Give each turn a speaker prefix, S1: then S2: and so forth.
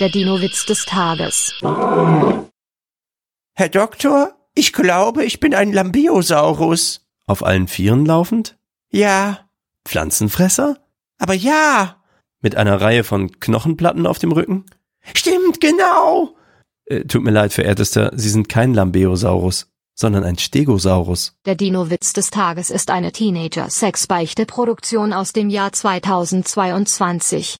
S1: Der Dino-Witz des Tages.
S2: Herr Doktor, ich glaube, ich bin ein Lambiosaurus.
S3: Auf allen Vieren laufend?
S2: Ja,
S3: Pflanzenfresser?
S2: aber ja.
S3: Mit einer Reihe von Knochenplatten auf dem Rücken?
S2: Stimmt, genau.
S3: Äh, tut mir leid, verehrtester, Sie sind kein Lambeosaurus, sondern ein Stegosaurus.
S1: Der Dino-Witz des Tages ist eine Teenager-Sex-Beichte-Produktion aus dem Jahr 2022.